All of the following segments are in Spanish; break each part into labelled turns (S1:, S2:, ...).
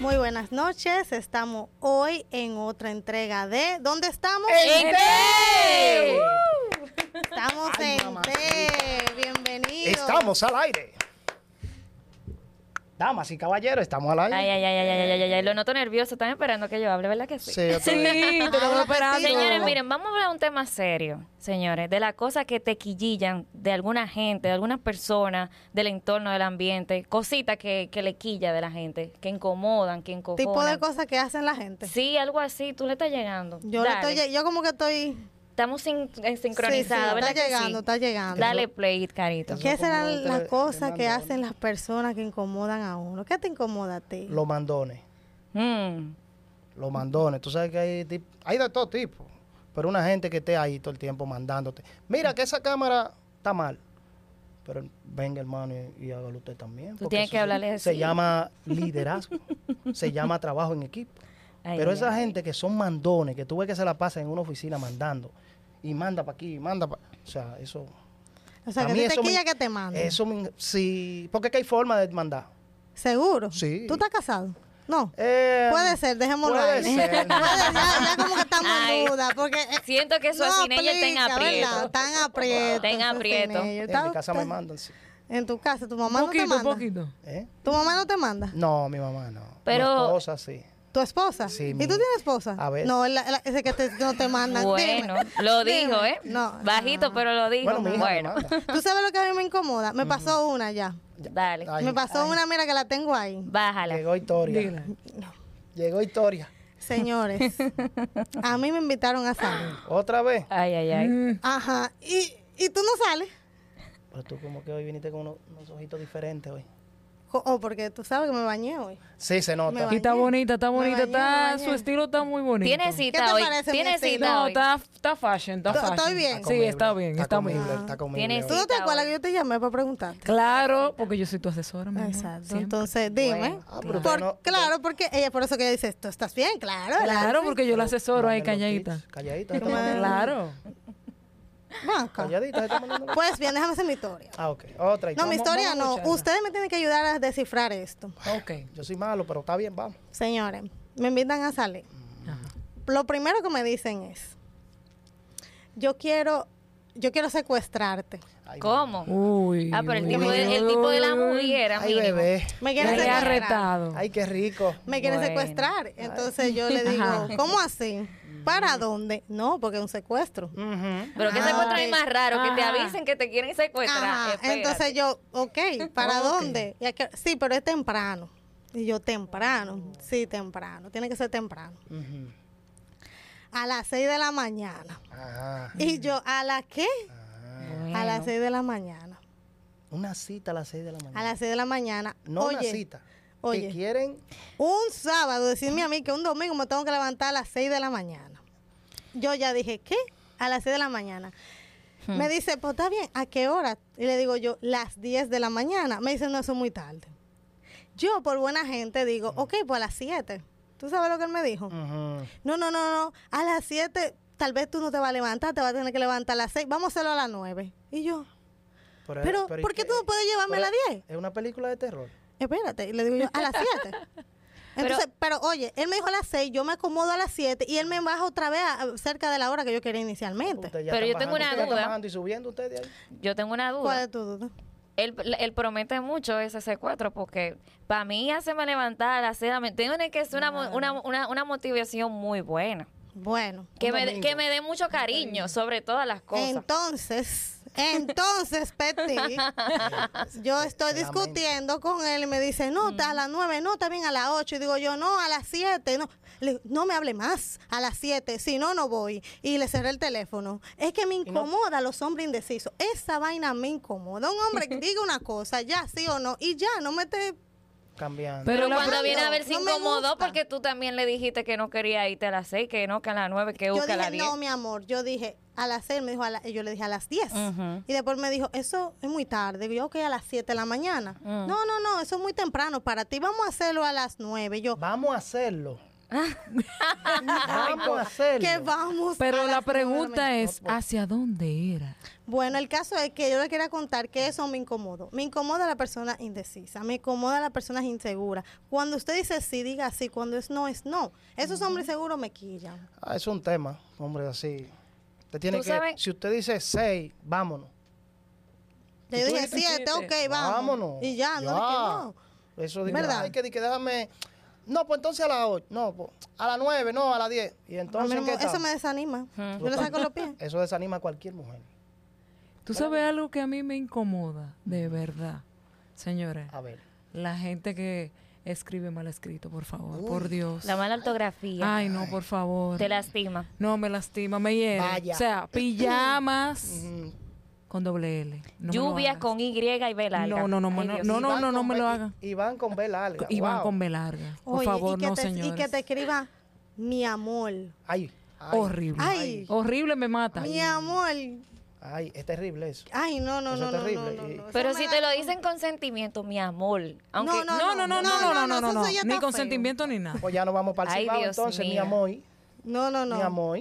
S1: Muy buenas noches, estamos hoy en otra entrega de ¿Dónde estamos?
S2: ¡En T!
S1: ¡Uh! Estamos
S2: Ay,
S1: en
S2: mamacita.
S1: T, bienvenidos.
S2: Estamos al aire. Damas y caballeros, estamos al aire.
S3: Ay, ay, ay, ay, ay, ay, ay, ay, lo noto nervioso. Están esperando que yo hable, ¿verdad que sí?
S2: Sí, yo te-
S4: Sí, te
S1: Ah,
S4: estamos esperando.
S3: Señores, miren, vamos a hablar de un tema serio, señores, de las cosas que tequillillan de alguna gente, de algunas personas, del entorno, del ambiente, cositas que, que le quilla de la gente, que incomodan, que encojonan.
S1: Tipo de cosas que hacen la gente.
S3: Sí, algo así, tú le estás llegando.
S1: Yo, le
S3: Dale.
S1: estoy, yo como que estoy...
S3: Estamos sin, eh,
S1: sí, sí,
S3: sincronizados, ¿verdad?
S1: está
S3: que sí?
S1: llegando, está llegando.
S3: Dale play, carito.
S1: ¿Qué
S2: Eso como
S1: serán
S2: dentro
S1: las
S2: de-
S1: cosas
S2: de
S1: que
S2: mandado.
S1: hacen las personas que incomodan a uno? ¿Qué te incomoda a ti?
S2: Los mandones.
S3: Mm.
S2: Los mandones. Tú sabes que hay, tip- hay de todo tipo. Pero una gente que esté ahí todo el tiempo mandándote. Mira que esa cámara está mal. Pero venga, hermano, y, y hágalo usted también.
S3: Tú
S2: porque
S3: tienes
S2: eso
S3: que
S2: se-
S3: hablarle
S2: Se
S3: así.
S2: llama liderazgo. se llama trabajo en equipo.
S3: Ay,
S2: Pero
S3: ay,
S2: esa
S3: ay.
S2: gente que son mandones, que tú ves que se la pasan en una oficina mandando, y manda para aquí, y manda para... O sea, eso...
S1: O sea,
S2: a
S1: que
S2: mí
S1: a ti te
S2: eso me-
S1: quilla que te manden.
S2: Eso me... Sí, porque es que hay forma de mandar.
S1: ¿Seguro?
S2: Sí.
S1: ¿Tú estás casado? No.
S2: Eh,
S1: Puede ser, dejémoslo
S2: puede
S1: ahí.
S2: ser.
S1: Puede- ya, ya como que estamos en
S3: Ay.
S1: duda, porque... eh,
S3: Siento que su asinella está en
S1: explica, ¿verdad?
S3: aprieto.
S1: Está en aprieto.
S3: Está en
S1: su
S3: aprieto.
S1: asinella.
S2: En
S1: Está-
S2: mi casa me
S1: está-
S2: mandan, sí.
S1: En tu casa, tu mamá no
S4: Poquito,
S1: te manda.
S4: poquito.
S2: ¿Eh?
S1: Tu mamá no te manda.
S2: No, mi mamá no.
S3: Pero-
S2: Mi esposa sí.
S1: Tu esposa.
S2: Sí,
S1: ¿Y tú
S2: mi-
S1: tienes esposa?
S2: A ver.
S1: No, la- la- ese que te- no te mandan.
S3: Bueno,
S1: Dime.
S3: lo
S1: Dime.
S3: dijo, ¿eh?
S1: No.
S3: Bajito,
S1: no.
S3: pero lo dijo.
S2: Bueno, mi hija me
S3: bueno,
S2: manda.
S1: Tú sabes lo que a mí me incomoda. Me pasó una ya.
S3: dale.
S2: Ay,
S1: me pasó una, mira que la tengo ahí.
S3: Bájala.
S2: Llegó historia.
S4: Dila.
S2: Llegó historia.
S1: Señores, a mí me invitaron a salir.
S2: Otra vez.
S3: Ay, ay, ay.
S1: Ajá. Y, y tú no sales.
S2: Pero tú como que hoy viniste con unos, unos ojitos diferentes hoy.
S1: Jo- Oh, porque tú sabes que me bañé hoy.
S2: Sí, se
S1: Me
S2: nota.
S1: bañé.
S4: Y está bonita, está
S1: Me
S4: bonita,
S1: bañé, me
S4: está,
S1: bañé.
S4: su estilo está muy bonito.
S3: Tiene
S1: ¿Qué te
S3: cita hoy.
S1: parece mi
S3: Tiene
S1: estilo?
S3: cita
S4: No,
S3: hoy.
S4: está, está fashion, está
S1: Estoy-
S4: fashion.
S1: estoy bien.
S4: Sí, está bien, está
S2: comible,
S4: bien.
S2: Está comible.
S3: Tienes-
S1: ¿Tú no te
S3: Cita
S1: acuerdas
S3: hoy.
S1: que yo te llamé para preguntarte?
S4: Claro, porque yo soy tu asesora, mi amor,
S1: Exacto.
S4: siempre.
S1: Entonces, dime.
S2: Ah, pero
S1: Por-
S2: usted no-
S1: Claro, porque ella por eso que ella dice, tú estás bien, claro.
S4: Claro, porque yo la asesoro ahí,
S2: Mándale los
S4: calladita.
S2: tips. Calladita. está mandando-
S4: Claro.
S1: Ven acá.
S2: Calladita. está mandando-
S1: Pues bien, déjame hacer mi historia.
S2: Ah, ok. Otra
S1: No,
S2: historia.
S1: mi
S4: vamos-
S1: historia
S4: vamos a
S1: no.
S4: escucharla.
S1: Ustedes me tienen que ayudar a descifrar esto.
S4: Ok.
S2: Yo soy malo, pero está bien, vamos.
S1: Señores, me invitan a salir.
S4: Ajá.
S1: Lo primero que me dicen es, yo quiero, yo quiero secuestrarte.
S2: Ay,
S3: ¿Cómo?
S4: Uy.
S3: ah, pero el
S4: uy,
S3: tipo, de, el
S4: uy,
S3: tipo de la
S4: uy, uy.
S3: mujer era
S2: Ay,
S3: mínimo.
S2: bebé.
S1: Me
S4: Ya
S1: quieren
S4: le ha
S1: secuestrar.
S4: retado.
S2: Ay, qué rico.
S1: Me quieren
S3: Bueno.
S1: secuestrar. Entonces yo le digo,
S4: Ajá.
S1: ¿cómo así? ¿Para dónde? No, porque es un secuestro.
S3: Pero que
S1: Ah,
S3: secuestro es
S1: ok.
S3: más raro, que te
S4: Ajá.
S3: avisen que te quieren secuestrar.
S1: Ajá,
S3: Espérate.
S1: entonces yo, ok, ¿para dónde? Y aquel, sí, pero es temprano. Y yo, temprano. Sí, temprano. Tiene que ser temprano.
S2: Ujú.
S1: A las 6 de la mañana.
S2: Ajá.
S1: Y yo, ¿a las qué?
S3: Bueno.
S1: A las 6 de la mañana.
S2: Una cita a las 6 de la mañana.
S1: A las 6 de la mañana.
S2: No
S1: oye,
S2: una cita.
S1: oye.
S2: Que quieren.
S1: Un sábado, decirme a mí que un domingo me tengo que levantar a las 6 de la mañana. Yo ya dije, ¿qué? A las 6 de la mañana. Me dice, pues está bien, ¿a qué hora? Y le digo yo, las 10 de la mañana. Me dice, no, eso es muy tarde. Yo, por buena gente, digo, ok, pues a las 7. ¿Tú sabes lo que él me dijo?
S2: Ujú.
S1: No, no, no, no, a las 7 tal vez tú no te vas a levantar, te vas a tener que levantar a las 6, vamos a hacerlo a las 9. Y yo, pero,
S2: ¿y
S1: ¿por qué tú no puedes llevarme a
S2: pero
S1: las 10?
S2: Es una película de terror.
S1: Espérate, y le digo yo, a las 7. Entonces, pero, oye, él me dijo a las 6, yo me acomodo a las 7 y él me baja otra vez a- a- cerca de la hora que yo quería inicialmente.
S2: Ustedes ya
S3: Pero
S2: están
S3: yo tengo una
S2: bajando, ustedes ya están
S3: duda.
S2: bajando y subiendo ustedes ahí.
S3: Yo tengo una duda.
S1: ¿Cuál es tu duda?
S3: Él, él promete mucho ese secuestro porque para mí hacerme levantar a las seis de la mañana tiene que ser una, mo- una, una, una motivación muy buena.
S1: Bueno,
S3: Que me, dé- que me dé mucho cariño sobre todas las cosas.
S1: entonces, entonces, Petty, yo estoy discutiendo con él y me dice, no, está
S3: Mm.
S1: a las 9, no, está bien a las 8. Y digo yo, no, a las 7, no. Le digo, no me hable más, a las 7, si no, no voy. Y le cerré el teléfono. Es que me incomoda los hombres indecisos. Esa vaina me incomoda. Un hombre que diga una cosa, ya sí o no, y ya, no me te...
S2: Cambiando.
S3: Pero,
S4: Pero la
S3: cuando
S1: pre-
S3: viene a ver se
S1: no me
S3: incomodó
S1: gusta.
S3: porque tú también le dijiste que no quería irte a las 6, que no, que a las 9, que
S1: Yo
S3: busca a
S1: dije,
S3: las 10.
S1: no, mi amor, yo dije a las 6, me dijo, a la- yo le dije a las 10.
S3: Ujú.
S1: Y después me dijo, eso es muy tarde. Y yo, ok, a las 7 de la
S3: Mm.
S1: mañana. No, no, no, eso es muy temprano para ti, vamos a hacerlo a las 9. Yo,
S2: Vamos a hacerlo.
S1: Ah.
S2: Vamos a hacerlo.
S1: que vamos a
S4: Pero la
S1: las nueve de mañana.
S4: pregunta es, ¿hacia dónde era?
S1: Bueno, el caso es que yo le quería contar que eso me incomodó. Me incomoda la persona indecisa, me incomoda la persona insegura. Cuando usted dice sí, diga sí, cuando es no, es no. Esos hombres seguros me quillan.
S2: Ah, es un tema, hombre, así. Usted tiene
S3: Tú
S2: que,
S3: sabes-
S2: si usted dice seis, vámonos.
S1: Yo
S4: tú
S1: dije
S4: eres
S1: siete,
S4: siete,
S1: ok, vamos.
S2: Vámonos.
S1: Y ya, no es que no.
S2: Eso digo,
S1: ¿Verdad?
S2: ay, que, di que déjame. No, pues entonces a las ocho. No, pues, a las nueve, no, a las diez. Y entonces,
S1: A mí
S2: ¿en qué
S1: no- eso
S2: estamos?
S1: me desanima. Yo le saco los pies.
S2: Eso desanima a cualquier mujer.
S4: Tú sabes algo que a mí me incomoda, de verdad, señores.
S3: Ah.
S2: A ver.
S4: La gente que escribe mal escrito, por favor, por Dios.
S3: La mala ortografía
S4: Ay, no, por favor.
S3: te lastima.
S4: No, me lastima, me hiere.
S2: Vaya.
S4: O sea, pijamas
S2: Mm,
S4: con doble L. No me lo
S3: Lluvia
S4: hagas.
S3: con Y y B larga.
S4: No, no, no,
S3: Ay,
S4: no,
S3: Dios.
S4: no,
S2: y
S4: no,
S2: van
S4: no, no
S2: con
S4: me lo
S2: B-
S4: hagan.
S2: Y van con B larga.
S4: Y van
S2: wow.
S4: con B larga. Por
S1: Oye,
S4: favor,
S1: y que
S4: no,
S1: te,
S4: señores.
S1: Y que te escriba, mi amor.
S2: Ay, ay,
S4: Horrible.
S1: Ay.
S4: Horrible me mata.
S1: Mi amor.
S2: ay, es terrible eso.
S1: Ay, no, no,
S2: Eso
S1: no,
S2: es
S1: no, no,
S2: terrible.
S1: no,
S2: Y-
S1: no. Eso
S3: Pero
S1: me
S3: si
S1: da-
S3: te lo dicen con sentimiento, mi amor. Aunque
S1: no,
S4: No, no, no, no, no, no, no, no,
S1: eso
S4: no.
S1: ya está
S4: Ni
S1: feo.
S4: consentimiento ni nada.
S2: Pues ya no vamos para el
S3: Ay,
S2: Cibao,
S3: Dios
S2: entonces, mi
S3: mío.
S2: amor,
S1: No, no, no.
S2: mi amor.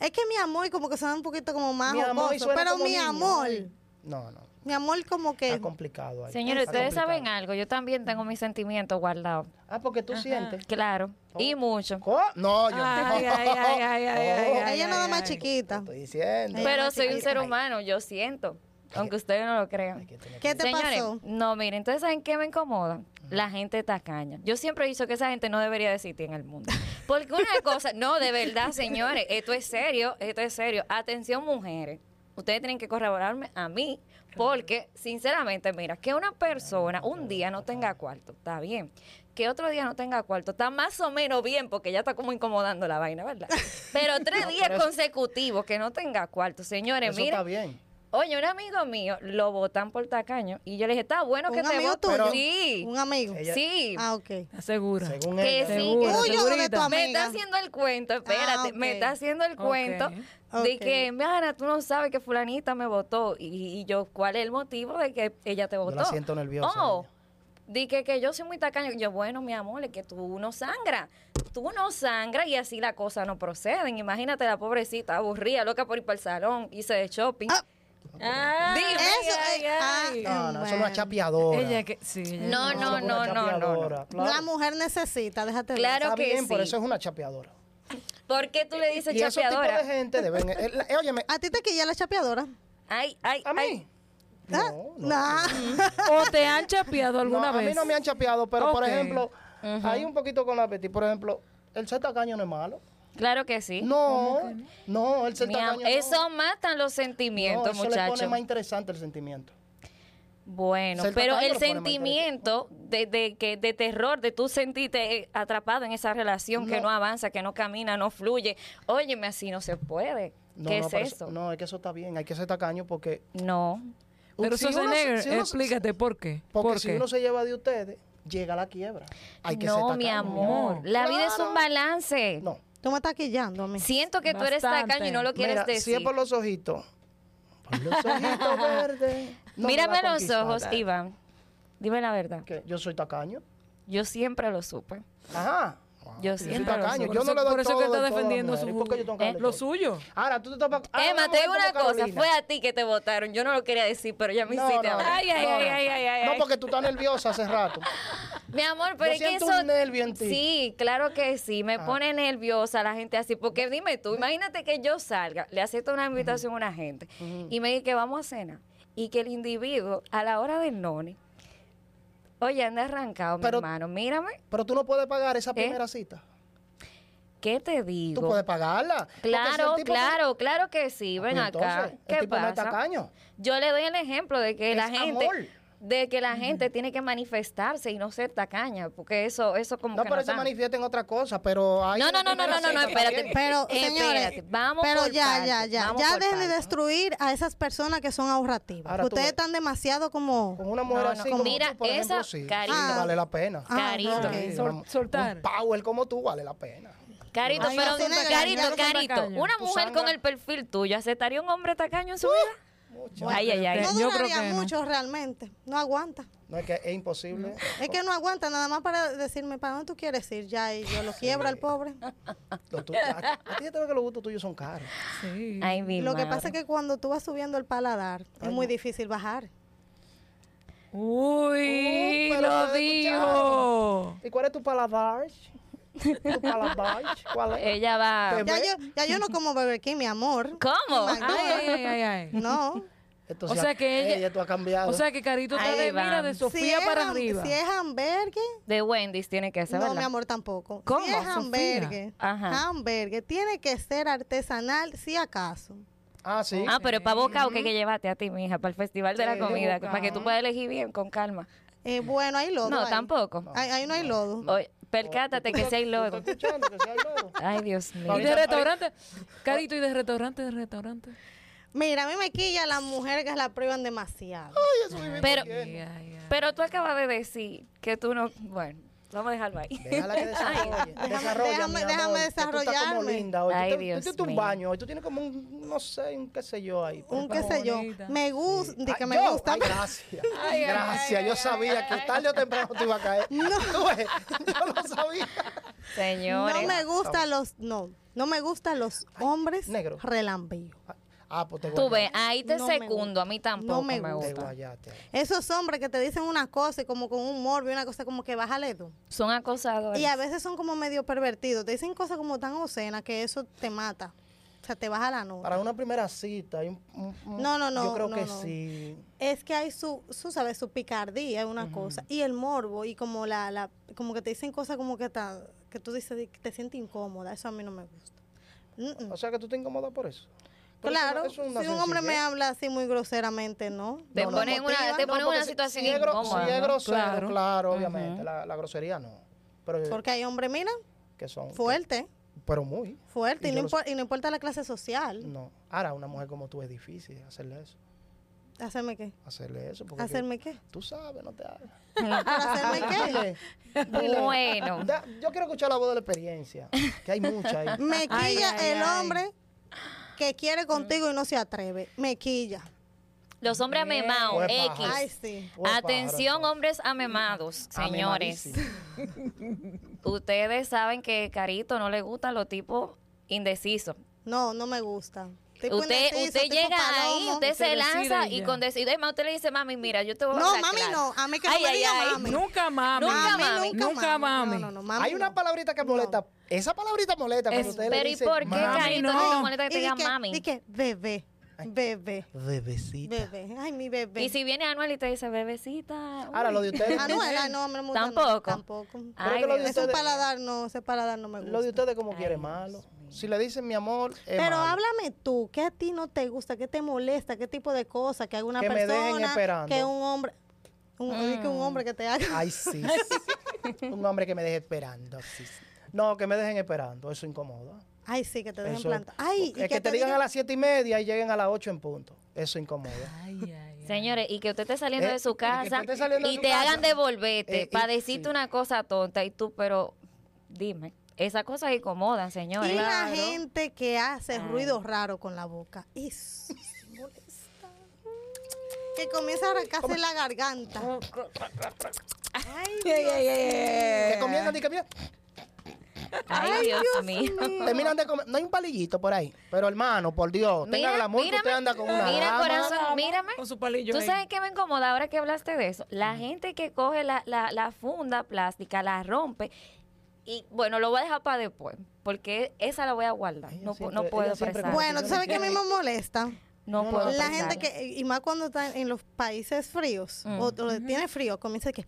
S1: Es que mi amor como que suena un poquito como más
S2: Mi amor
S1: jocoso,
S2: suena
S1: pero
S2: como
S1: mi
S2: niño.
S1: amor, Eh.
S2: No, no,
S1: mi amor como que
S2: está complicado ahí.
S3: Señores,
S2: Está
S3: ustedes
S2: complicado.
S3: saben algo. Yo también tengo mis sentimientos guardados.
S2: Ah, porque tú sientes.
S3: Claro. Y mucho.
S2: Co- No, yo
S4: Ay, ay, ay, ay, ay, ay, ay, ay,
S1: ella nada
S4: ay,
S1: más
S4: ay.
S1: chiquita.
S2: estoy diciendo.
S1: Ella
S3: Pero
S1: más
S3: soy un
S1: chiquita.
S3: ser humano, yo siento. Aunque ustedes no lo crean.
S2: Que tiene-
S1: ¿Qué te
S3: Señores,
S1: pasó?
S3: no, miren, entonces ¿saben qué me incomoda? La gente tacaña. Yo siempre he dicho que esa gente no debería de existir en el mundo. Porque una cosa, no, de verdad, señores, esto es serio, esto es serio. Atención, mujeres. Ustedes tienen que corroborarme a mí, porque sinceramente, mira, que una persona un día no tenga cuarto, está bien. Que otro día no tenga cuarto, está más o menos bien, porque ya está como incomodando la vaina, ¿verdad? Pero tres días
S2: pero eso-
S3: consecutivos que no tenga cuarto, señores,
S2: Eso está
S3: miren,
S2: bien.
S3: Oye, un amigo mío lo votan por tacaño y yo le dije, está bueno
S1: ¿Un
S3: que te
S1: amigo
S3: voten.
S1: tuyo?
S3: Sí,
S1: Un amigo.
S2: Ella-
S3: sí.
S1: Ah, ok.
S4: Oh, Segura.
S2: Según
S3: que
S2: ella.
S3: sí.
S4: Seguro,
S3: que-
S1: Tuyo o de tu
S3: Me
S1: amiga.
S3: está haciendo el cuento, espérate,
S1: Ah, ok.
S3: me está haciendo el
S4: Ok.
S3: cuento de
S1: Ok.
S3: que, Ana, tú no sabes que fulanita me votó. Y, y yo, ¿cuál es el motivo de que ella te
S2: la
S3: votó?
S2: siento nerviosa,
S3: Oh,
S2: niña.
S3: di que, que yo soy muy tacaño. Yo, bueno, mi amor, es que tú no sangras. Tú no sangras y así la cosa no proceden. Imagínate la pobrecita aburrida, loca por ir para el salón, hice de shopping.
S1: Ah.
S4: Ah,
S3: Dime.
S1: Eso
S4: ay,
S1: eh, ah,
S4: ay.
S2: No, no, eso no es
S1: bueno.
S2: chapeadora.
S4: Ella que sí. ella-
S3: No,
S2: Eso
S3: no,
S2: es una
S3: no, no, no,
S2: chapeadora,
S3: no.
S2: claro.
S1: La mujer necesita, déjate ver.
S3: Claro
S2: Está
S3: que
S2: bien,
S3: sí.
S2: por eso es una chapeadora.
S3: ¿Por qué tú le dices
S2: y esos tipos
S3: chapeadora?
S2: de gente deben... eh, la- eh, óyeme,
S1: A ti te quilla la chapeadora.
S3: Ay, ay,
S2: ¿a
S3: ay.
S2: mí?
S1: ¿Ah?
S2: No, no.
S1: Nah.
S4: ¿O te han chapeado
S2: No,
S4: alguna
S2: a
S4: vez?
S2: mí no me han chapeado, pero por
S4: Ok.
S2: ejemplo, ahí un poquito con la Betty, por ejemplo, el ser tacaño no es malo.
S3: Claro que sí.
S2: No, no, el ser
S3: Mi am-
S2: tacaño no.
S3: eso matan los
S2: No,
S3: sentimientos,
S2: eso le pone
S3: muchachos.
S2: más interesante el sentimiento.
S3: Bueno,
S2: Ser
S3: pero
S2: tacaño
S3: el
S2: lo pone más
S3: sentimiento de, de que de terror, de tú sentirte eh, atrapado en esa relación que
S2: No.
S3: no avanza, que no camina, no fluye. Óyeme, así no se puede.
S2: No,
S3: ¿Qué
S2: no,
S3: es
S2: pero
S3: eso? No.
S2: No, es que eso está bien, hay que ser tacaño porque...
S4: Pero
S2: si uno se-
S4: Schwarzenegger,
S2: si uno se-
S4: explícate por qué.
S2: Porque
S4: ¿Por
S2: si
S4: qué?
S2: uno se lleva de ustedes, llega la quiebra. Hay que ser
S3: no,
S2: tacaño,
S3: mi amor. La vida es un balance.
S2: No.
S1: Tú me estás quillando a mí.
S3: Siento que tú eres
S4: Bastante.
S3: tacaño y no lo quieres
S2: Mira, si
S3: decir.
S2: es por los ojitos. Por los ojitos verdes. no me
S3: Mírame
S2: va a
S3: a los
S2: conquistar.
S3: ojos, Iván. Dime la verdad.
S2: Que yo soy tacaño.
S3: Yo siempre lo supe.
S2: Ajá.
S3: Yo
S2: soy
S3: siempre lo
S2: tacaño.
S3: supe.
S4: Por
S2: Yo
S4: eso-
S2: no le doy
S4: Por eso
S2: todo,
S4: que está
S2: todo a las
S4: defendiendo
S2: mujeres. ¿Por qué yo tengo que
S3: ¿Eh?
S4: su,
S2: darle
S4: lo
S2: todo?
S4: suyo.
S2: Ahora, tú te Ah, tapas. ahora
S3: Emma,
S2: una
S3: te digo
S2: mujer
S3: una
S2: como
S3: cosa.
S2: Carolina.
S3: Fue a ti que te votaron. Yo no lo quería decir, pero ya me
S2: No,
S3: hiciste
S2: no,
S3: hablar.
S2: no,
S3: Ay, ay,
S2: no,
S3: ay,
S2: no.
S3: ay, ay, ay.
S2: No, porque tú estás nerviosa hace rato.
S3: Mi amor, pero
S2: Yo
S3: es que
S2: siento
S3: eso...
S2: un nervio en ti.
S3: Sí, claro que sí. Me pone nerviosa la gente así. Porque dime tú, imagínate que yo salga, le acepto una invitación a una gente y me dice que vamos a cenar y que el individuo a la hora del noni, oye, anda arrancado, mi
S2: Pero-
S3: hermano, mírame,
S2: Pero tú no puedes pagar esa primera cita.
S3: ¿qué te
S2: Tú
S3: ¿Eh? digo?
S2: puedes pagarla. Porque si el
S3: Claro,
S2: tipo-
S3: claro, claro que sí. Ven
S2: Pues
S3: acá.
S2: entonces, el
S3: ¿Qué
S2: tipo no es
S3: pasa?
S2: tacaño.
S3: Yo le doy el ejemplo de que la
S2: Es
S3: gente
S2: amor.
S3: de que la gente tiene que manifestarse y no ser tacaña, porque eso eso como
S2: No,
S3: que
S2: pero
S3: no
S2: se
S3: está.
S2: manifiesta en otra cosa, pero hay
S3: No,
S2: una
S3: no, no, no, no,
S2: primera
S3: no, no,
S2: cita
S3: espérate.
S2: también.
S1: Pero,
S3: Espérate,
S1: señores,
S3: vamos
S1: pero
S3: por
S1: ya,
S3: partes,
S1: ya, ya,
S3: vamos
S1: ya
S3: por
S1: dejen de
S3: partes.
S1: destruir a esas personas que son ahorrativas.
S2: Ahora tú
S1: Ustedes
S2: ves.
S1: están demasiado como...
S2: Con una mujer
S3: No, no,
S2: así
S3: con-
S2: como
S3: mira,
S2: tú, por ejemplo,
S3: esa
S2: sí,
S3: carita.
S2: sí, vale la pena.
S1: Ah,
S3: Carito.
S1: ok.
S2: Sí,
S4: Sol-
S2: una-
S4: soltar.
S2: Un power como tú vale la pena.
S3: Carito,
S1: Ay,
S3: pero
S1: no, sí, no,
S3: carito,
S1: no, no,
S3: carito,
S4: tacaño.
S3: una
S2: Tú
S3: mujer con
S2: sangra.
S3: el perfil tuyo aceptaría un hombre tacaño en su vida?
S2: Mucho.
S3: Ay, ay, ay.
S1: No
S4: Yo creo
S1: duraría
S4: que no.
S1: mucho realmente. No aguanta.
S2: No es que es imposible.
S1: Es que no aguanta nada más para decirme, ¿para dónde tú quieres ir? Ya, y yo lo quiebro al pobre.
S2: Lo tu- a, a ti ya te ve que los gustos tuyos son caros.
S4: Sí.
S3: Ay, mi
S1: Lo que
S3: madre.
S1: pasa es que cuando tú vas subiendo el paladar, es muy difícil bajar.
S4: Uy,
S2: Uh, pero
S4: lo
S2: lo
S4: dijo.
S2: ¿Y cuál es tu paladar? ¿Tu paladar? ¿Cuál es?
S3: Ella va...
S2: Te-
S1: Ya
S2: Ve.
S1: yo, ya yo no como Burger King, mi amor.
S3: ¿Cómo? Ah,
S1: Ay,
S4: Ay, ay, ay, ay.
S1: No.
S2: Entonces,
S4: O sea que ella-
S2: tú has eh, cambiado.
S4: O sea que Carito está
S3: Ahí
S4: de, mira,
S3: vamos.
S4: de
S3: Si
S4: Sofía
S1: es
S4: para
S1: ham-
S4: arriba.
S1: Si es hamburgues,
S3: De Wendy's tiene que ser,
S1: no,
S3: ¿verdad?
S1: mi amor, tampoco.
S4: ¿Cómo,
S1: Si es
S4: Sofía?
S1: hamburgues,
S3: Ajá.
S1: hamburgues, tiene que ser artesanal, si acaso.
S2: ah, sí.
S3: Ah, pero para bocado que hay que llevarte a ti, mija, para el Festival de la
S2: Sí,
S3: Comida,
S2: bocado.
S3: para que tú puedas elegir bien, con calma.
S1: Eh, bueno, hay lodo.
S3: No,
S1: ahí.
S3: tampoco.
S1: Ahí, ahí no hay lodo.
S3: Oye, percátate que si hay
S2: ¿Tú
S3: lodo.
S2: estás escuchando que sí hay lodo?
S3: Ay, Dios mío.
S4: y de
S2: Ahorita-
S4: restaurante. Carito, y de restaurante, de restaurante.
S1: Mira, a mí me quilla las mujeres que la privan demasiado.
S3: Pero,
S4: Ay, ay, ay.
S3: pero tú acabas de decir que tú no... Bueno, vamos a dejarlo ahí.
S2: Déjala que desarrolle. Desarrolla,
S1: déjame-
S2: mi
S1: déjame
S2: amor, que tú estás como
S1: desarrollarme.
S2: linda hoy. Tú
S3: Ay,
S2: te-
S3: Dios
S2: Tú tienes un
S3: mío.
S2: baño hoy. Tú tienes como un, no sé, un qué sé yo ahí.
S1: Un
S4: Pero
S1: qué sé yo.
S4: bonita.
S1: Me gusta,
S2: Ay,
S1: que me
S2: Ah, yo,
S1: gusta.
S2: ay, gracias. gracias. yo sabía que tarde o temprano te iba a caer. Tú ves, yo lo sabía.
S3: Señores.
S1: no me gustan los, no, no me gustan los hombres
S2: negro.
S1: relambíos.
S2: Ah, pues te
S3: Tú ves,
S2: guayaste.
S3: ahí te
S1: No me
S3: secundo, a mí tampoco
S1: me
S3: me,
S1: gusta.
S2: Te
S3: gusta.
S2: guayaste.
S1: Esos hombres que te dicen una cosa y como con un morbo y una cosa como que bájale tú.
S3: Son acosadores.
S1: Y a veces son como medio pervertidos. Te dicen cosas como tan obscenas que eso te mata. O sea, te baja la nota.
S2: Para una primera cita, hay un- un- un-
S1: No, no, no,
S2: Yo creo
S1: no,
S2: que
S1: no.
S2: sí.
S1: Es que hay su, su ¿sabes? Su picardía es una cosa. Y el morbo y como la, la como que te dicen cosas como que, ta- que tú dices di- que te sientes incómoda. Eso a mí no me gusta. Mm, mm.
S2: O sea que tú te incomodas por eso. Pero eso-
S1: Claro,
S2: eso es
S1: si
S2: una
S1: un hombre me
S2: sencillez.
S1: habla así muy groseramente, ¿no?
S3: Te
S1: No, no.
S3: ponen una,
S1: motiva,
S3: te
S1: no,
S3: ponen
S2: porque
S3: una
S2: si-
S3: situación
S2: si es, gro-
S3: incómoda.
S2: si es
S3: ¿no?
S2: grosero,
S4: Claro.
S2: claro, obviamente. la, la grosería no. Pero
S1: Porque hay hombres, mira,
S2: que son.
S1: fuerte,
S2: Pero muy.
S1: fuerte. Y,
S2: Y
S1: no
S2: yo Mm. lo
S1: impor- y no importa la clase social.
S2: No. Ahora, una mujer como tú es difícil hacerle eso.
S1: ¿Hacerme qué?
S2: Hacerle eso. Porque
S1: ¿Hacerme qué?
S2: yo- tú sabes, no te hagas.
S1: ¿Hacerme qué?
S2: Dile, dile.
S3: Bueno.
S2: Da- yo quiero escuchar la voz de la experiencia. Que hay mucha ahí.
S1: Me
S4: Ay,
S1: quilla
S4: ay,
S1: el
S4: ay.
S1: hombre que quiere contigo y no se atreve. Me quilla.
S3: Los hombres amemados,
S2: Pues,
S3: X.
S2: paja.
S1: Ay, sí.
S2: Pues,
S3: Atención,
S2: pájaro,
S3: hombres amemados, señores.
S2: Amemadísimo.
S3: Ustedes saben que Carito no le gustan los tipos indecisos.
S1: No, no me gusta. Tipo
S3: usted
S1: indeciso,
S3: usted
S1: tipo
S3: llega
S1: palomo.
S3: ahí, usted
S4: Usted
S3: se
S4: decide
S3: lanza
S4: y
S3: y
S4: ya.
S3: con decide, más usted le dice, mami, mira, yo te voy a
S1: No,
S3: hablar
S1: mami,
S3: claro".
S1: no. A mí que no me diga mami.
S4: Nunca mami.
S3: Nunca
S1: A mí
S3: mami.
S4: Nunca mami.
S1: No, no, no, mami
S2: Hay una
S1: no.
S2: palabrita que molesta. Esa palabrita molesta cuando
S4: Es-
S2: ustedes le
S3: Pero ¿y
S2: dicen,
S3: por qué
S2: "Mami,
S3: Carito
S4: no.
S3: no te molesta
S1: Y
S3: que te diga
S1: que-
S3: mami?
S1: Y que bebé, bebé,
S2: Bebecita.
S1: bebé. Ay, mi bebé.
S3: Y si viene Anuel y te dice, bebecita. uy".
S2: Ahora lo de ustedes.
S1: Anuela, no, hombre, mucho no,
S3: Tampoco. Ah.
S1: tampoco.
S3: Ay,
S2: que lo
S3: Dios.
S1: Es un
S2: ustedes-
S1: paladar, no, ese paladar no me gusta.
S2: Lo de ustedes como quiere malo. Si le dicen mi amor, es
S1: Pero
S2: malo.
S1: háblame tú, ¿qué a ti no te gusta? ¿Qué te molesta? ¿Qué tipo de cosa? Que haga una
S2: Que me
S1: persona,
S2: dejen esperando.
S1: que un hombre, un, que un hombre que te haga.
S2: Ay, sí. sí. Un hombre que me deje esperando. sí, sí. No, que me dejen esperando. Eso incomoda.
S1: Ay, sí, que te dejen
S2: Eso-
S1: planta. Ay, y
S2: es que, te, digan a las siete y media y lleguen a las ocho en punto. Eso incomoda.
S4: Ay, ay, ay.
S3: Señores, y que usted esté saliendo
S2: Eh,
S3: de su
S2: y que usted
S3: casa
S2: esté saliendo de
S3: y
S2: su
S3: te
S2: casa.
S3: hagan devolverte
S2: Eh, y-
S3: para decirte
S2: sí.
S3: una cosa tonta y tú, pero dime, esas cosas incomodan, señores.
S1: Y la gente que hace ruido raro con la boca. Eso sí molesta. Que comienza a arrancarse la garganta.
S2: Te comienzan y que mira,
S3: Ay, Dios, mío.
S2: terminan de comer. No hay un palillito por ahí. Pero hermano, por Dios, tenga el amor que usted anda con una
S3: mira,
S2: dama.
S3: corazón, mírame.
S4: Con su palillo
S3: ¿Tú
S4: ahí.
S3: sabes qué me incomoda ahora que hablaste de eso? La gente que coge la, la, la funda plástica, la rompe y, bueno, lo voy a dejar para después porque esa la voy a guardar.
S2: Ella
S3: No, pu-
S2: siempre-
S3: no puedo
S2: ella siempre
S3: presar.
S2: como-
S1: Bueno, ¿tú sabes qué a mí me molesta?
S3: no,
S2: no,
S3: puedo
S1: La
S3: presarla.
S1: gente que, y más cuando está en los países fríos, o o tiene frío, comienza que...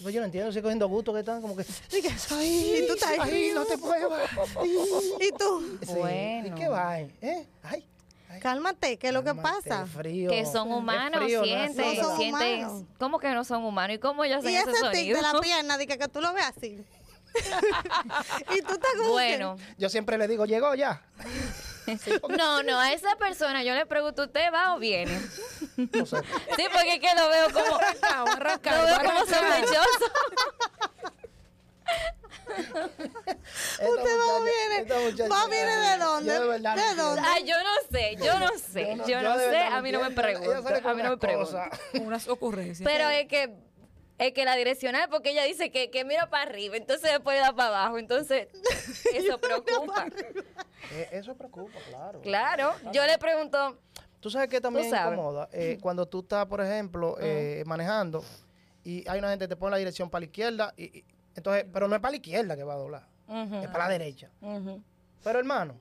S2: Pues yo no entiendo, estoy cogiendo gusto que están como que.
S1: Y que, y tú estás
S2: Ay,
S1: ahí.
S2: no te muevas. Sí.
S1: Y tú,
S2: ¿Y
S3: Bueno.
S2: qué va? eh? ¿Eh? Ay. ay,
S1: cálmate, ¿qué es lo que
S2: cálmate,
S1: pasa?
S2: frío.
S3: que son
S2: Es
S3: humanos,
S2: frío, no es
S3: sienten,
S1: No son
S2: soledad.
S3: sienten,
S1: humanos.
S3: ¿cómo que no son humanos? ¿Y cómo ellos
S1: Y
S3: hacen ese,
S1: ese tic
S3: sonido?
S1: de la pierna, de que, que tú lo ves así. y tú estás como que-
S3: bueno,
S2: Yo siempre le digo, llegó ya.
S3: no, no, a esa persona yo le pregunto, ¿usted va o viene?
S2: No sé.
S3: Sí, porque es que lo veo como, lo
S4: Arrancado, arrancado,
S3: veo como
S4: arrancado.
S3: sospechoso.
S1: Usted
S2: Esta
S1: no
S2: muchacha- esta
S1: viene.
S2: muchacha-
S1: ¿Va viene de dónde?
S2: Yo de verdad no
S1: ¿De
S2: entiendo.
S1: dónde?
S3: Ah, yo no sé, yo no sé, yo no
S2: de
S3: sé,
S2: verdad
S3: a mí no me
S2: entiendo. Ella
S3: pregunto,
S2: sale con
S3: a mí no me
S2: una
S3: pregunto.
S2: cosa.
S4: Con unas ocurrencias.
S3: Pero es que es que la direccional, porque ella dice que, que mira para arriba, entonces después le da para abajo, entonces eso preocupa.
S2: Eh, Eso preocupa, claro.
S3: Claro, yo le pregunto,
S2: Tú sabes que también
S3: sabes.
S2: incomoda. eh, cuando tú estás, por ejemplo, eh, manejando y hay una gente que te pone la dirección para la izquierda, y, y- entonces, pero no es para la izquierda que va a doblar,
S3: ujú,
S2: es para la derecha.
S3: ujú.
S2: Pero hermano,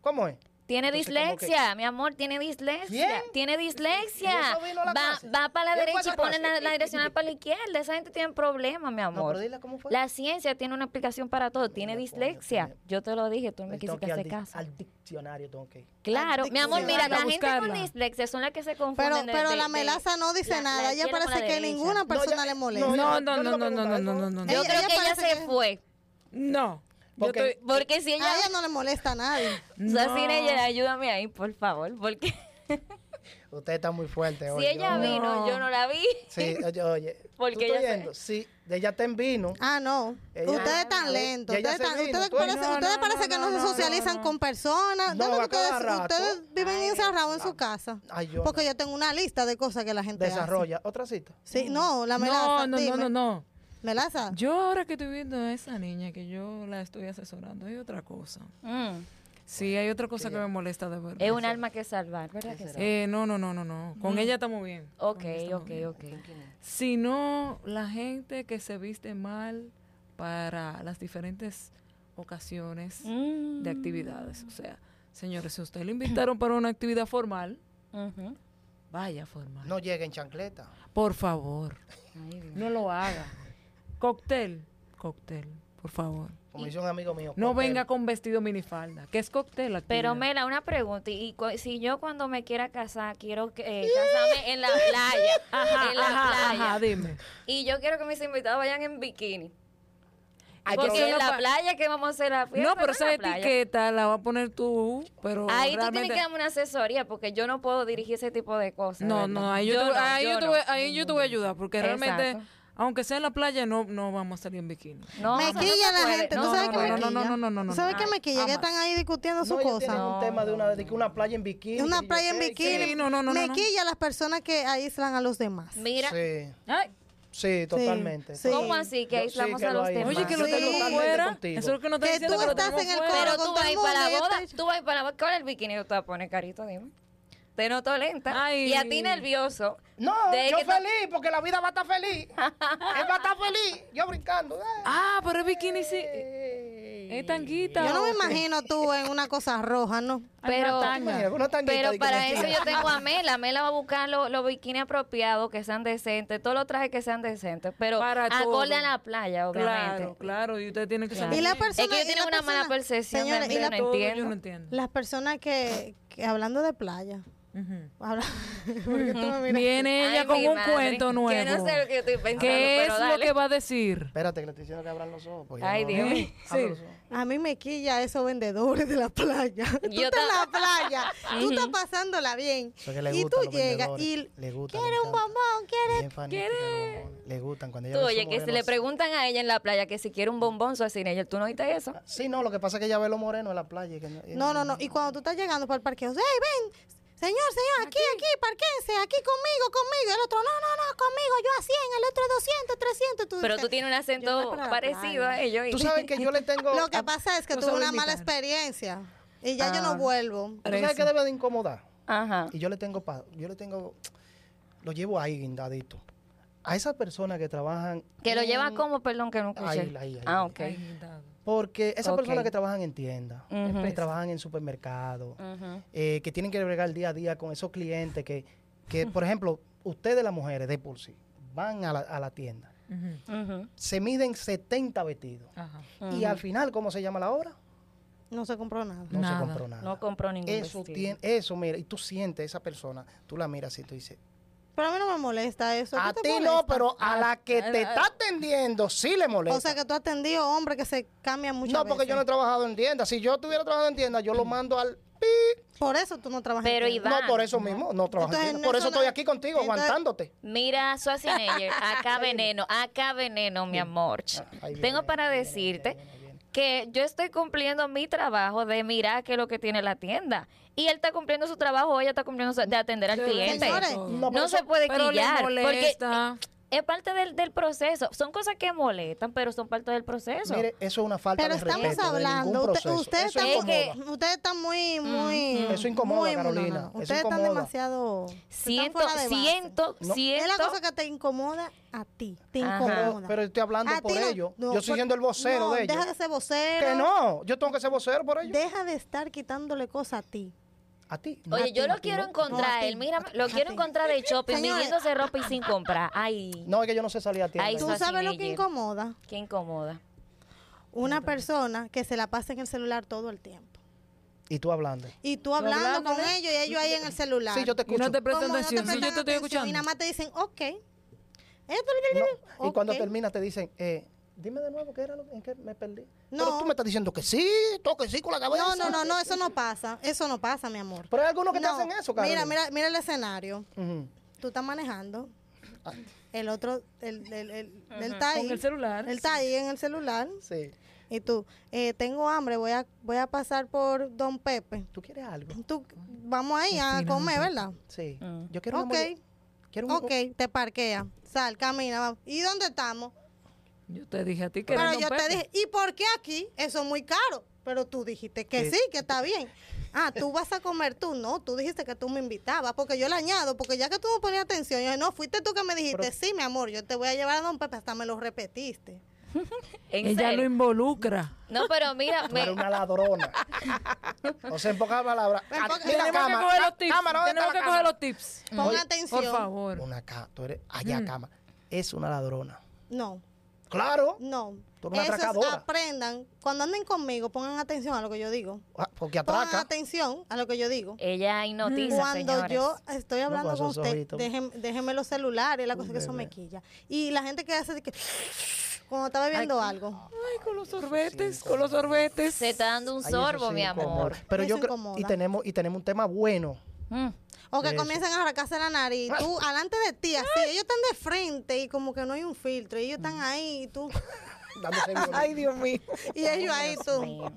S2: ¿cómo es?
S3: tiene
S2: Entonces, como que-
S3: dislexia, mi amor, tiene dislexia,
S2: ¿Quién?
S3: tiene dislexia,
S2: eso vino a
S3: va,
S2: la clase?
S3: va para la
S2: ¿Quién fue a
S3: derecha y
S2: esa
S3: pone
S2: clase?
S3: la, la direccional para la izquierda, esa gente tiene problemas, mi
S2: No,
S3: amor.
S2: pero dile cómo fue.
S3: La ciencia tiene una explicación para todo. Tiene
S2: coño,
S3: dislexia.
S2: tiene-
S3: Yo te lo dije, tú no me
S2: Ahí tengo
S3: quisiste
S2: que ir
S3: hacer
S2: al dic-
S3: caso.
S2: Al diccionario tengo que ir.
S3: Claro, mi amor,
S4: diccionario.
S3: mira, la
S4: Anda a
S3: gente con
S4: buscarla.
S3: dislexia son las que se confunden.
S1: Pero,
S3: de-
S1: pero
S3: de-
S1: la
S3: de-
S1: melaza no dice
S3: la- la
S1: nada. Ella
S3: izquierda con
S1: parece
S3: la
S1: que
S3: derecha.
S1: ninguna
S2: No, ya-
S1: persona le
S2: no,
S1: molesta.
S2: ya-
S4: No,
S2: yo le
S4: no, no,
S2: iba a
S4: no, no, no,
S2: preguntar
S4: no,
S2: eso.
S4: no, no.
S3: Yo
S1: Ella-
S3: creo
S1: ella
S3: que ella
S1: parece
S3: se
S1: que-
S3: fue.
S4: No. Yo
S2: Porque-
S4: estoy...
S3: Porque si ella.
S1: A ella no le molesta a nadie.
S3: O sea, sin
S4: No.
S3: ella, ayúdame ahí, por favor. Porque
S2: Usted está muy fuerte hoy.
S3: si ella
S2: yo-
S4: vi-
S3: vino,
S4: No.
S3: yo no la vi.
S2: Sí, oye, oye.
S3: Porque
S2: ¿tú estás
S3: ella se-
S2: oyendo? Sí, ella está en vino.
S1: Ah, no.
S2: Ella-
S1: ustedes
S2: Ah,
S1: tan
S2: no.
S1: lentos.
S2: Y ella
S1: Ustedes,
S2: se
S1: tan-
S2: vino,
S1: ustedes
S2: tú-
S1: parece,
S4: No,
S1: ustedes
S4: no,
S1: parece
S4: no,
S1: que no,
S4: no,
S1: se
S4: no,
S1: socializan
S4: no, no.
S1: con personas.
S2: No,
S1: ¿Dónde
S2: a cada
S1: ustedes,
S2: rato.
S1: ustedes viven encerrados en su casa?
S2: Ay, yo
S1: Porque
S2: no.
S1: yo tengo una lista de cosas que la gente
S2: Desarrolla. Otra cita.
S1: hace. Sí, no, la melaza.
S4: No, no, no,
S1: dime.
S4: no, no.
S1: Melaza.
S4: Yo ahora que estoy viendo a esa niña que yo la estoy asesorando, hay otra cosa.
S3: Mm,
S4: Sí, hay otra cosa que me molesta de verdad.
S3: Es un alma que salvar, ¿verdad que sí?
S4: Eh, no, no, no, no, no. Con ella estamos bien. Con
S3: Ok,
S4: ella estamos
S3: ok,
S4: bien.
S3: ok.
S4: Sino la gente que se viste mal para las diferentes ocasiones
S3: Mm,
S4: de actividades. O sea, señores, si a usted le invitaron para una actividad formal,
S3: Mm, ujú.
S4: vaya formal.
S2: No llegue en chancleta.
S4: Por favor,
S3: Ay, Dios.
S4: no lo haga. Cóctel, cóctel, por favor.
S2: Como dice un amigo mío.
S4: No
S2: cóctel.
S4: venga con vestido minifalda, que es cóctel. la
S3: Pero
S4: actividad.
S3: Mela, una pregunta. Y, y cu- si yo cuando me quiera casar, quiero que, eh, casarme en la playa.
S4: Ajá,
S3: en la
S4: Ah, ajá,
S3: playa.
S4: ajá, dime.
S3: Y yo quiero que mis invitados vayan en bikini.
S4: Ay, pero
S3: Porque
S4: eso
S3: en
S4: no
S3: la
S4: pa-
S3: playa que vamos a hacer la fiesta.
S4: No, pero esa
S3: en la playa.
S4: etiqueta la va a poner tú, pero
S3: Ahí tú tienes
S4: realmente...
S3: que darme una asesoría porque yo no puedo dirigir ese tipo de cosas.
S4: No,
S3: ¿verdad?
S4: no, ahí yo, te, voy-
S3: no,
S4: ahí yo te
S3: no.
S4: voy, ahí yo te voy a ayudar, porque realmente,
S3: Exacto.
S4: aunque sea en la playa, no, no vamos a salir en bikini.
S3: No,
S1: me
S3: eso no
S1: quilla
S3: se
S1: la
S3: puede.
S1: gente. ¿Tú
S4: No,
S1: sabes
S4: no,
S1: que
S4: no,
S1: me
S4: no, no,
S1: quilla?
S4: no, no, no,
S1: ¿Tú
S4: no.
S1: sabes que me quilla? Que
S4: jamás.
S1: están ahí discutiendo su
S2: No, ellos tienen
S1: cosa.
S2: un tema de una, de que una playa en bikini.
S1: Una
S2: que yo
S1: playa en
S2: sé, que-
S1: bikini.
S4: Sí, no, no, no,
S1: me
S4: no, no.
S1: quilla las personas que aíslan a los demás.
S3: Mira,
S2: Sí,
S4: Ay,
S2: sí, totalmente.
S1: sí.
S3: ¿cómo así que
S2: Yo-
S3: aislamos
S2: sí, que
S3: a los
S2: lo
S3: demás?
S2: aíslan.
S4: oye, que lo
S1: Sí.
S4: tengo
S1: Totalmente
S4: fuera.
S2: contigo.
S4: Eso es lo que no está
S1: Que
S4: diciendo
S1: tú
S4: que lo
S1: estás
S4: tenemos
S1: en el
S4: fuera.
S3: Pero
S1: Pero
S3: tú
S1: con todo
S3: vas
S1: el
S3: para la
S1: mundo, yo
S3: boda,
S1: estoy-
S3: tú vas para la boda. ¿Cuál es el bikini que tú te vas a poner, carito? Dime. Te noto lenta.
S4: Ay.
S3: Y a ti nervioso.
S2: No,
S3: De
S2: yo
S3: que to-
S2: feliz, porque la vida va a estar feliz. Él va a estar feliz. Yo brincando. eh.
S4: Ah, pero el bikini sí.
S2: Ey.
S4: Es tanguita.
S1: Yo no me
S4: ok.
S1: imagino tú en una cosa roja, ¿no?
S4: Ay, una
S3: Pero-
S4: tanga.
S2: Mira, una tanguita de
S3: Pero
S2: que
S3: para
S2: me
S3: eso
S2: tira.
S3: yo tengo a Mela. Mela va a buscar los los bikinis apropiados, que sean decentes, todos los trajes que sean decentes, pero
S4: Para todo.
S3: acorde a la playa, obviamente.
S4: Claro, claro, y ustedes tienen que
S3: Claro.
S4: salir.
S1: Y la
S3: Es
S1: persona,
S3: que yo
S1: y
S3: tengo
S1: la
S3: una mala
S1: persona-
S3: percepción del
S1: Señores, y
S3: medio,
S1: la-
S3: no
S4: Todo,
S3: entiendo.
S4: Yo no entiendo.
S1: Las personas que, que hablando de playa,
S4: Ujú.
S1: habla- porque tú me miras.
S4: Viene ella
S3: Ay,
S4: con
S3: mi
S4: un
S3: madre,
S4: cuento nuevo.
S3: Que no sé lo que yo estoy pensando,
S4: ¿Qué
S3: pero
S4: es lo
S3: dale.
S4: que va a decir?
S2: Espérate, que le estoy diciendo que abran los ojos. porque
S3: Ay,
S2: ya ¿eh? Ah,
S3: Dios.
S4: Sí.
S2: Abre los ojos.
S1: a mí me quilla esos vendedores de la playa. Tú
S3: Yo
S1: estás en la
S3: ta-
S1: playa, tú estás pasándola bien.
S2: Eso que le
S1: Y tú
S2: gustan los
S1: llegas y
S2: vendedores, le gusta,
S1: quieres
S2: le
S1: un
S2: encanta.
S1: bombón, quieres.
S2: Bien fanática de los bombones. Le gustan cuando ella
S3: Tú,
S2: ve su
S3: oye, que si
S2: moreno
S3: le
S2: así.
S3: preguntan a ella en la playa que si quiere un bombón, su sin ella, ¿tú no oíste eso?
S2: Sí, no, lo que pasa es que ella ve los morenos en la playa. y que
S1: No, no, no.
S3: Eh.
S1: Y cuando tú estás llegando para el parqueo, ¡Ey, ven! Señor, señor, aquí, aquí, parquense, aquí conmigo, conmigo. Y el otro, no, no, no, conmigo, yo a 100, el otro 200, 300. Tú
S3: Pero
S1: dices,
S3: tú tienes un
S1: "Yo voy
S3: acento
S1: para la
S3: parecido
S1: playa".
S3: a ellos.
S2: Tú sabes que yo le tengo...
S1: Lo que
S2: a-
S1: pasa es que
S4: no
S1: tuve
S4: sabe
S1: una mala
S4: imitar.
S1: experiencia y ya yo
S4: Ah.
S1: no vuelvo.
S2: ¿Tú sabes que debe de incomodar?
S3: Ajá.
S2: Y yo le tengo, pa- yo le tengo, lo llevo ahí guindadito. A esas personas que trabajan.
S3: Que lo
S2: en-
S3: lleva como, perdón, que no
S2: Ahí,
S3: escuché.
S2: ahí, ahí,
S3: ah,
S2: ahí.
S3: ok.
S2: Porque esas
S3: Ok.
S2: personas que trabajan en tiendas,
S3: Ujú. Pues. Mm.
S2: que trabajan en supermercados,
S3: Ujú.
S2: eh, que tienen que bregar día a día con esos clientes que, que por ejemplo, ustedes las mujeres de por sí van a la, a la tienda,
S4: Ujú,
S3: Ujú.
S2: se miden 70 vestidos.
S4: Ajá.
S2: Y al final, ¿cómo se llama la obra?
S1: No se compró nada.
S2: No
S4: Nada.
S2: se compró nada.
S3: No compró ningún
S2: eso,
S3: vestido.
S2: tiene, eso, mira, y tú sientes esa persona, tú la miras y tú dices,
S1: Pero a mí no me molesta eso.
S2: A
S1: ¿Qué te
S2: ti no,
S1: molesta?
S2: pero a la que
S4: a
S2: te
S4: la-
S2: está atendiendo sí le molesta.
S1: O sea que tú has atendido hombres que se cambian mucho. Mm.
S2: no, porque yo no he trabajado en tienda. Si yo tuviera trabajado en tienda, yo lo mando al ¡Pi!
S1: Por eso tú no trabajas.
S3: Pero
S1: en
S3: Iván,
S2: No, por eso mismo, no trabajo en
S1: Entonces,
S2: tienda.
S1: no
S2: Por eso
S1: solo-
S2: estoy aquí contigo,
S1: entonces-
S2: aguantándote.
S3: Mira, Schwarzenegger, acá veneno, acá veneno, mi amor.
S2: Ah, ahí viene,
S3: Tengo para
S2: ahí viene,
S3: decirte
S2: ahí viene, ahí viene.
S3: que yo estoy cumpliendo mi trabajo de mirar qué es lo que tiene la tienda. Y él está cumpliendo su trabajo, ella está cumpliendo su- de atender al
S4: Sí,
S3: cliente.
S1: Señores,
S2: No,
S3: No
S2: pero
S3: se
S2: eso-
S3: puede
S4: pero le
S3: quillar. Porque
S4: molesta.
S3: es parte del, del proceso. Son cosas que molestan, pero son parte del proceso.
S2: Mire, eso es una falta
S1: Pero
S2: de
S1: estamos
S2: respeto de ningún
S1: hablando, usted-
S2: proceso.
S1: ustedes
S2: Eso
S1: están,
S3: Es que-
S2: incomoda.
S1: ustedes están muy, muy...
S2: Eso incomoda,
S1: muy-
S2: Carolina, eso
S1: Ustedes están
S2: incomoda.
S1: demasiado...
S3: siento,
S1: están fuera de base.
S3: siento,
S2: No.
S1: Es la
S3: siento.
S1: cosa que te incomoda a ti, te
S3: Ajá.
S2: Pero,
S1: incomoda.
S2: pero estoy hablando
S1: A ti
S2: por
S1: no-
S2: ellos.
S1: no,
S2: yo estoy
S1: por-
S2: siendo el vocero
S1: no,
S2: de ellos.
S1: deja de ser vocero.
S2: Que no, yo tengo que ser vocero por ellos.
S1: Deja de estar quitándole cosas a ti.
S2: A ti. no a
S3: Oye,
S2: ti,
S3: yo
S2: no a
S3: lo
S2: ti,
S3: quiero
S2: no.
S1: No, a
S3: encontrar,
S1: ti,
S3: él, mírame,
S1: a
S3: lo
S1: ti.
S3: quiero encontrar de shopping,
S1: Señores.
S3: midiéndose ropa y sin comprar. Ay,
S2: No, es que yo no sé salir a tienda.
S3: Ay,
S1: ¿Tú
S3: Eso
S1: sabes lo que
S3: Schwarzenegger.
S1: incomoda?
S3: qué incomoda.
S1: Una persona que se la pasa en el celular todo el tiempo.
S2: Y tú hablando.
S1: Y tú hablando con
S4: hablándole.
S1: ellos y ellos ahí en el celular.
S2: Sí, yo te
S4: Y
S2: escucho.
S4: no te
S1: Como
S4: prestan
S1: no te
S4: atención. Sí,
S1: prestan
S4: yo te estoy
S1: atención Y nada
S4: escuchando.
S1: más te dicen, ok. Eh,
S2: No, Y cuando
S1: Ok.
S2: terminas te dicen, eh, dime de nuevo qué era lo en qué me perdí.
S1: No.
S2: Pero tú me estás diciendo que sí, todo que sí con la cabeza.
S1: No, no, no, no, eso no pasa. Eso no pasa, mi amor.
S2: Pero hay algunos que te
S1: No,
S2: hacen eso,
S1: Mira,
S2: Carolina.
S1: mira, mira el escenario.
S2: Ujú.
S1: Tú estás manejando.
S2: Ah,
S1: El otro, el, el, el- él está ahí.
S4: Con el celular.
S1: Él está ahí en el celular.
S2: Sí.
S1: Y tú, eh, tengo hambre, voy a, voy a pasar por Don Pepe.
S2: ¿Tú quieres algo?
S1: Tú, vamos ahí a comer, ¿verdad?
S2: Sí.
S3: Mm.
S2: Yo quiero una
S1: Ok.
S2: hamburguesa. Quiero un-
S1: Ok, te parquea. Sal, camina. va. ¿Y dónde estamos?
S4: Yo te dije a ti que
S1: Pero
S4: era
S1: yo
S4: Don
S1: te
S4: Pepe.
S1: dije, ¿y por qué aquí? Eso es muy caro. Pero tú dijiste que sí, que está bien. Ah, tú vas a comer tú. No, tú dijiste que tú me invitabas. Porque yo le añado, porque ya que tú no ponías atención, yo dije, no, fuiste tú que me dijiste,
S2: Pero-
S1: sí, mi amor, yo te voy a llevar a Don Pepe. Hasta me lo repetiste.
S3: En
S4: Ella lo
S3: serio.
S4: involucra.
S3: No, pero mira,
S2: Tú
S3: me-
S2: eres una ladrona. o sea, en pocas palabras.
S1: En pocas-
S2: Mira,
S4: Tenemos que
S2: cama.
S4: coger los tips.
S2: Cámara, ¿dónde está
S4: Tenemos que
S2: la
S4: coger
S2: cámara?
S4: los tips.
S1: Pon
S2: Oye,
S1: atención.
S4: Por favor.
S2: Una ca- tú eres allá cama. Es una ladrona.
S1: No,
S2: Claro.
S1: no.
S2: Tú eres una
S1: Eso es,
S2: atracadora.
S1: aprendan. Cuando anden conmigo, pongan atención a lo que yo digo.
S2: Ah, Porque
S1: Pongan
S2: atraca.
S1: atención a lo que yo digo.
S3: ella hipnotiza,
S1: Cuando
S3: señores.
S1: yo estoy hablando
S2: con
S1: con
S2: esos
S1: usted,
S2: ojitos.
S1: déjeme, déjeme los celulares, la cosa que eso me quilla. Y la gente que hace de que cuando está bebiendo algo.
S4: Ay, con los sorbetes, con los sorbetes.
S3: Se está dando un
S2: Ay, eso
S3: sorbo,
S2: sí
S3: mi
S2: incomoda.
S3: amor.
S2: Pero
S1: Eso
S2: yo creo
S1: incomoda.
S2: y tenemos y tenemos un tema bueno.
S3: Mm.
S1: O que
S2: Eso.
S1: comienzan a arrancarse la nariz.
S3: Ah.
S1: Tú, alante de ti, así. Ellos están de frente y como que no hay un filtro. y Ellos están ahí y tú.
S2: Dándose violín.
S4: Ay, Dios mío.
S1: Y ellos ahí tú.
S3: mío.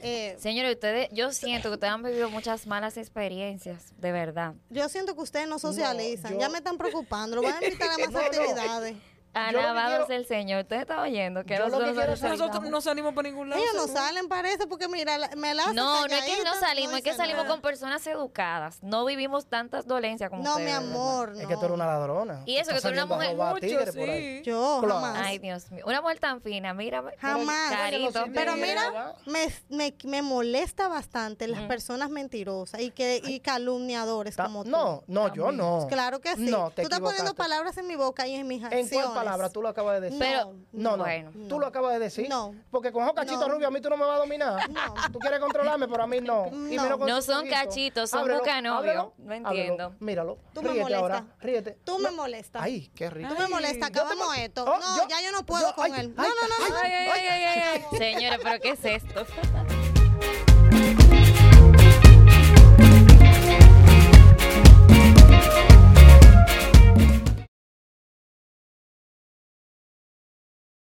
S1: Eh,
S3: Señores, ustedes, yo siento que ustedes han vivido muchas malas experiencias, de verdad.
S1: yo siento que ustedes no socializan.
S2: yo-
S1: Ya me están preocupando. Lo voy a invitar a más
S2: No, no.
S1: actividades.
S2: Yo lo que
S3: Alabados
S2: quiero-
S3: el Señor. Usted está oyendo que
S2: Yo lo
S3: nosotros
S2: que quiero
S3: nos
S2: es-
S4: Nosotros
S3: desarrollamos.
S4: no salimos para ningún lado.
S1: Ellos no
S4: seguro.
S1: salen, parece, porque mira, la- me la hacen
S3: No, no es que
S1: calladita,
S3: no salimos, es que
S1: dicen
S3: salimos
S1: nada.
S3: con personas educadas. No vivimos tantas dolencias como
S1: No, mi
S3: ustedes.
S1: amor.
S2: Es que tú eres una ladrona.
S3: Y eso, que tú eres una
S2: saliendo a
S3: mujer
S2: robar
S4: Mucho,
S2: tigres
S4: sí.
S2: por ahí.
S1: Yo,
S2: Claro.
S1: jamás.
S3: Ay, Dios mío. Una mujer tan fina, mírame.
S1: Jamás.
S3: Carito,
S1: Pero
S2: Sí,
S1: mira,
S2: ¿verdad?
S1: me, me, me molesta bastante las personas mentirosas y que y calumniadores
S2: Ta-
S1: como tú.
S2: No, no, yo
S4: También.
S2: no.
S1: Claro que sí.
S2: No,
S1: tú
S2: te
S1: estás poniendo
S2: equivocaste.
S1: palabras en mi boca y en mis
S2: En
S1: acciones.
S2: cuál palabra tú lo acabas de decir.
S3: Pero,
S2: No, no.
S3: bueno.
S2: Tú lo acabas de decir.
S1: No.
S2: Porque con esos cachitos
S1: No.
S2: rubios a mí tú no me vas a dominar.
S1: No.
S2: Tú quieres controlarme, pero a mí no. Y
S1: No.
S2: menos con
S3: No
S2: esos
S3: son cachitos, son
S2: Ábrelo,
S3: bucanovio.
S2: ábrelo,
S3: No entiendo.
S2: ábrelo, Míralo.
S1: Tú me
S2: ríete
S1: molestas.
S2: ahora. Ríete.
S1: Tú me molestas.
S2: Ay, qué rico.
S1: Tú me molestas, acabamos esto.
S2: Oh,
S1: no,
S2: yo-
S1: ya yo no puedo
S2: yo-
S1: con
S2: ay,
S1: él.
S2: ay,
S1: no, no, no, no.
S4: Ay, ay, ay, ay, ay.
S3: Señores, pero ¿qué es esto?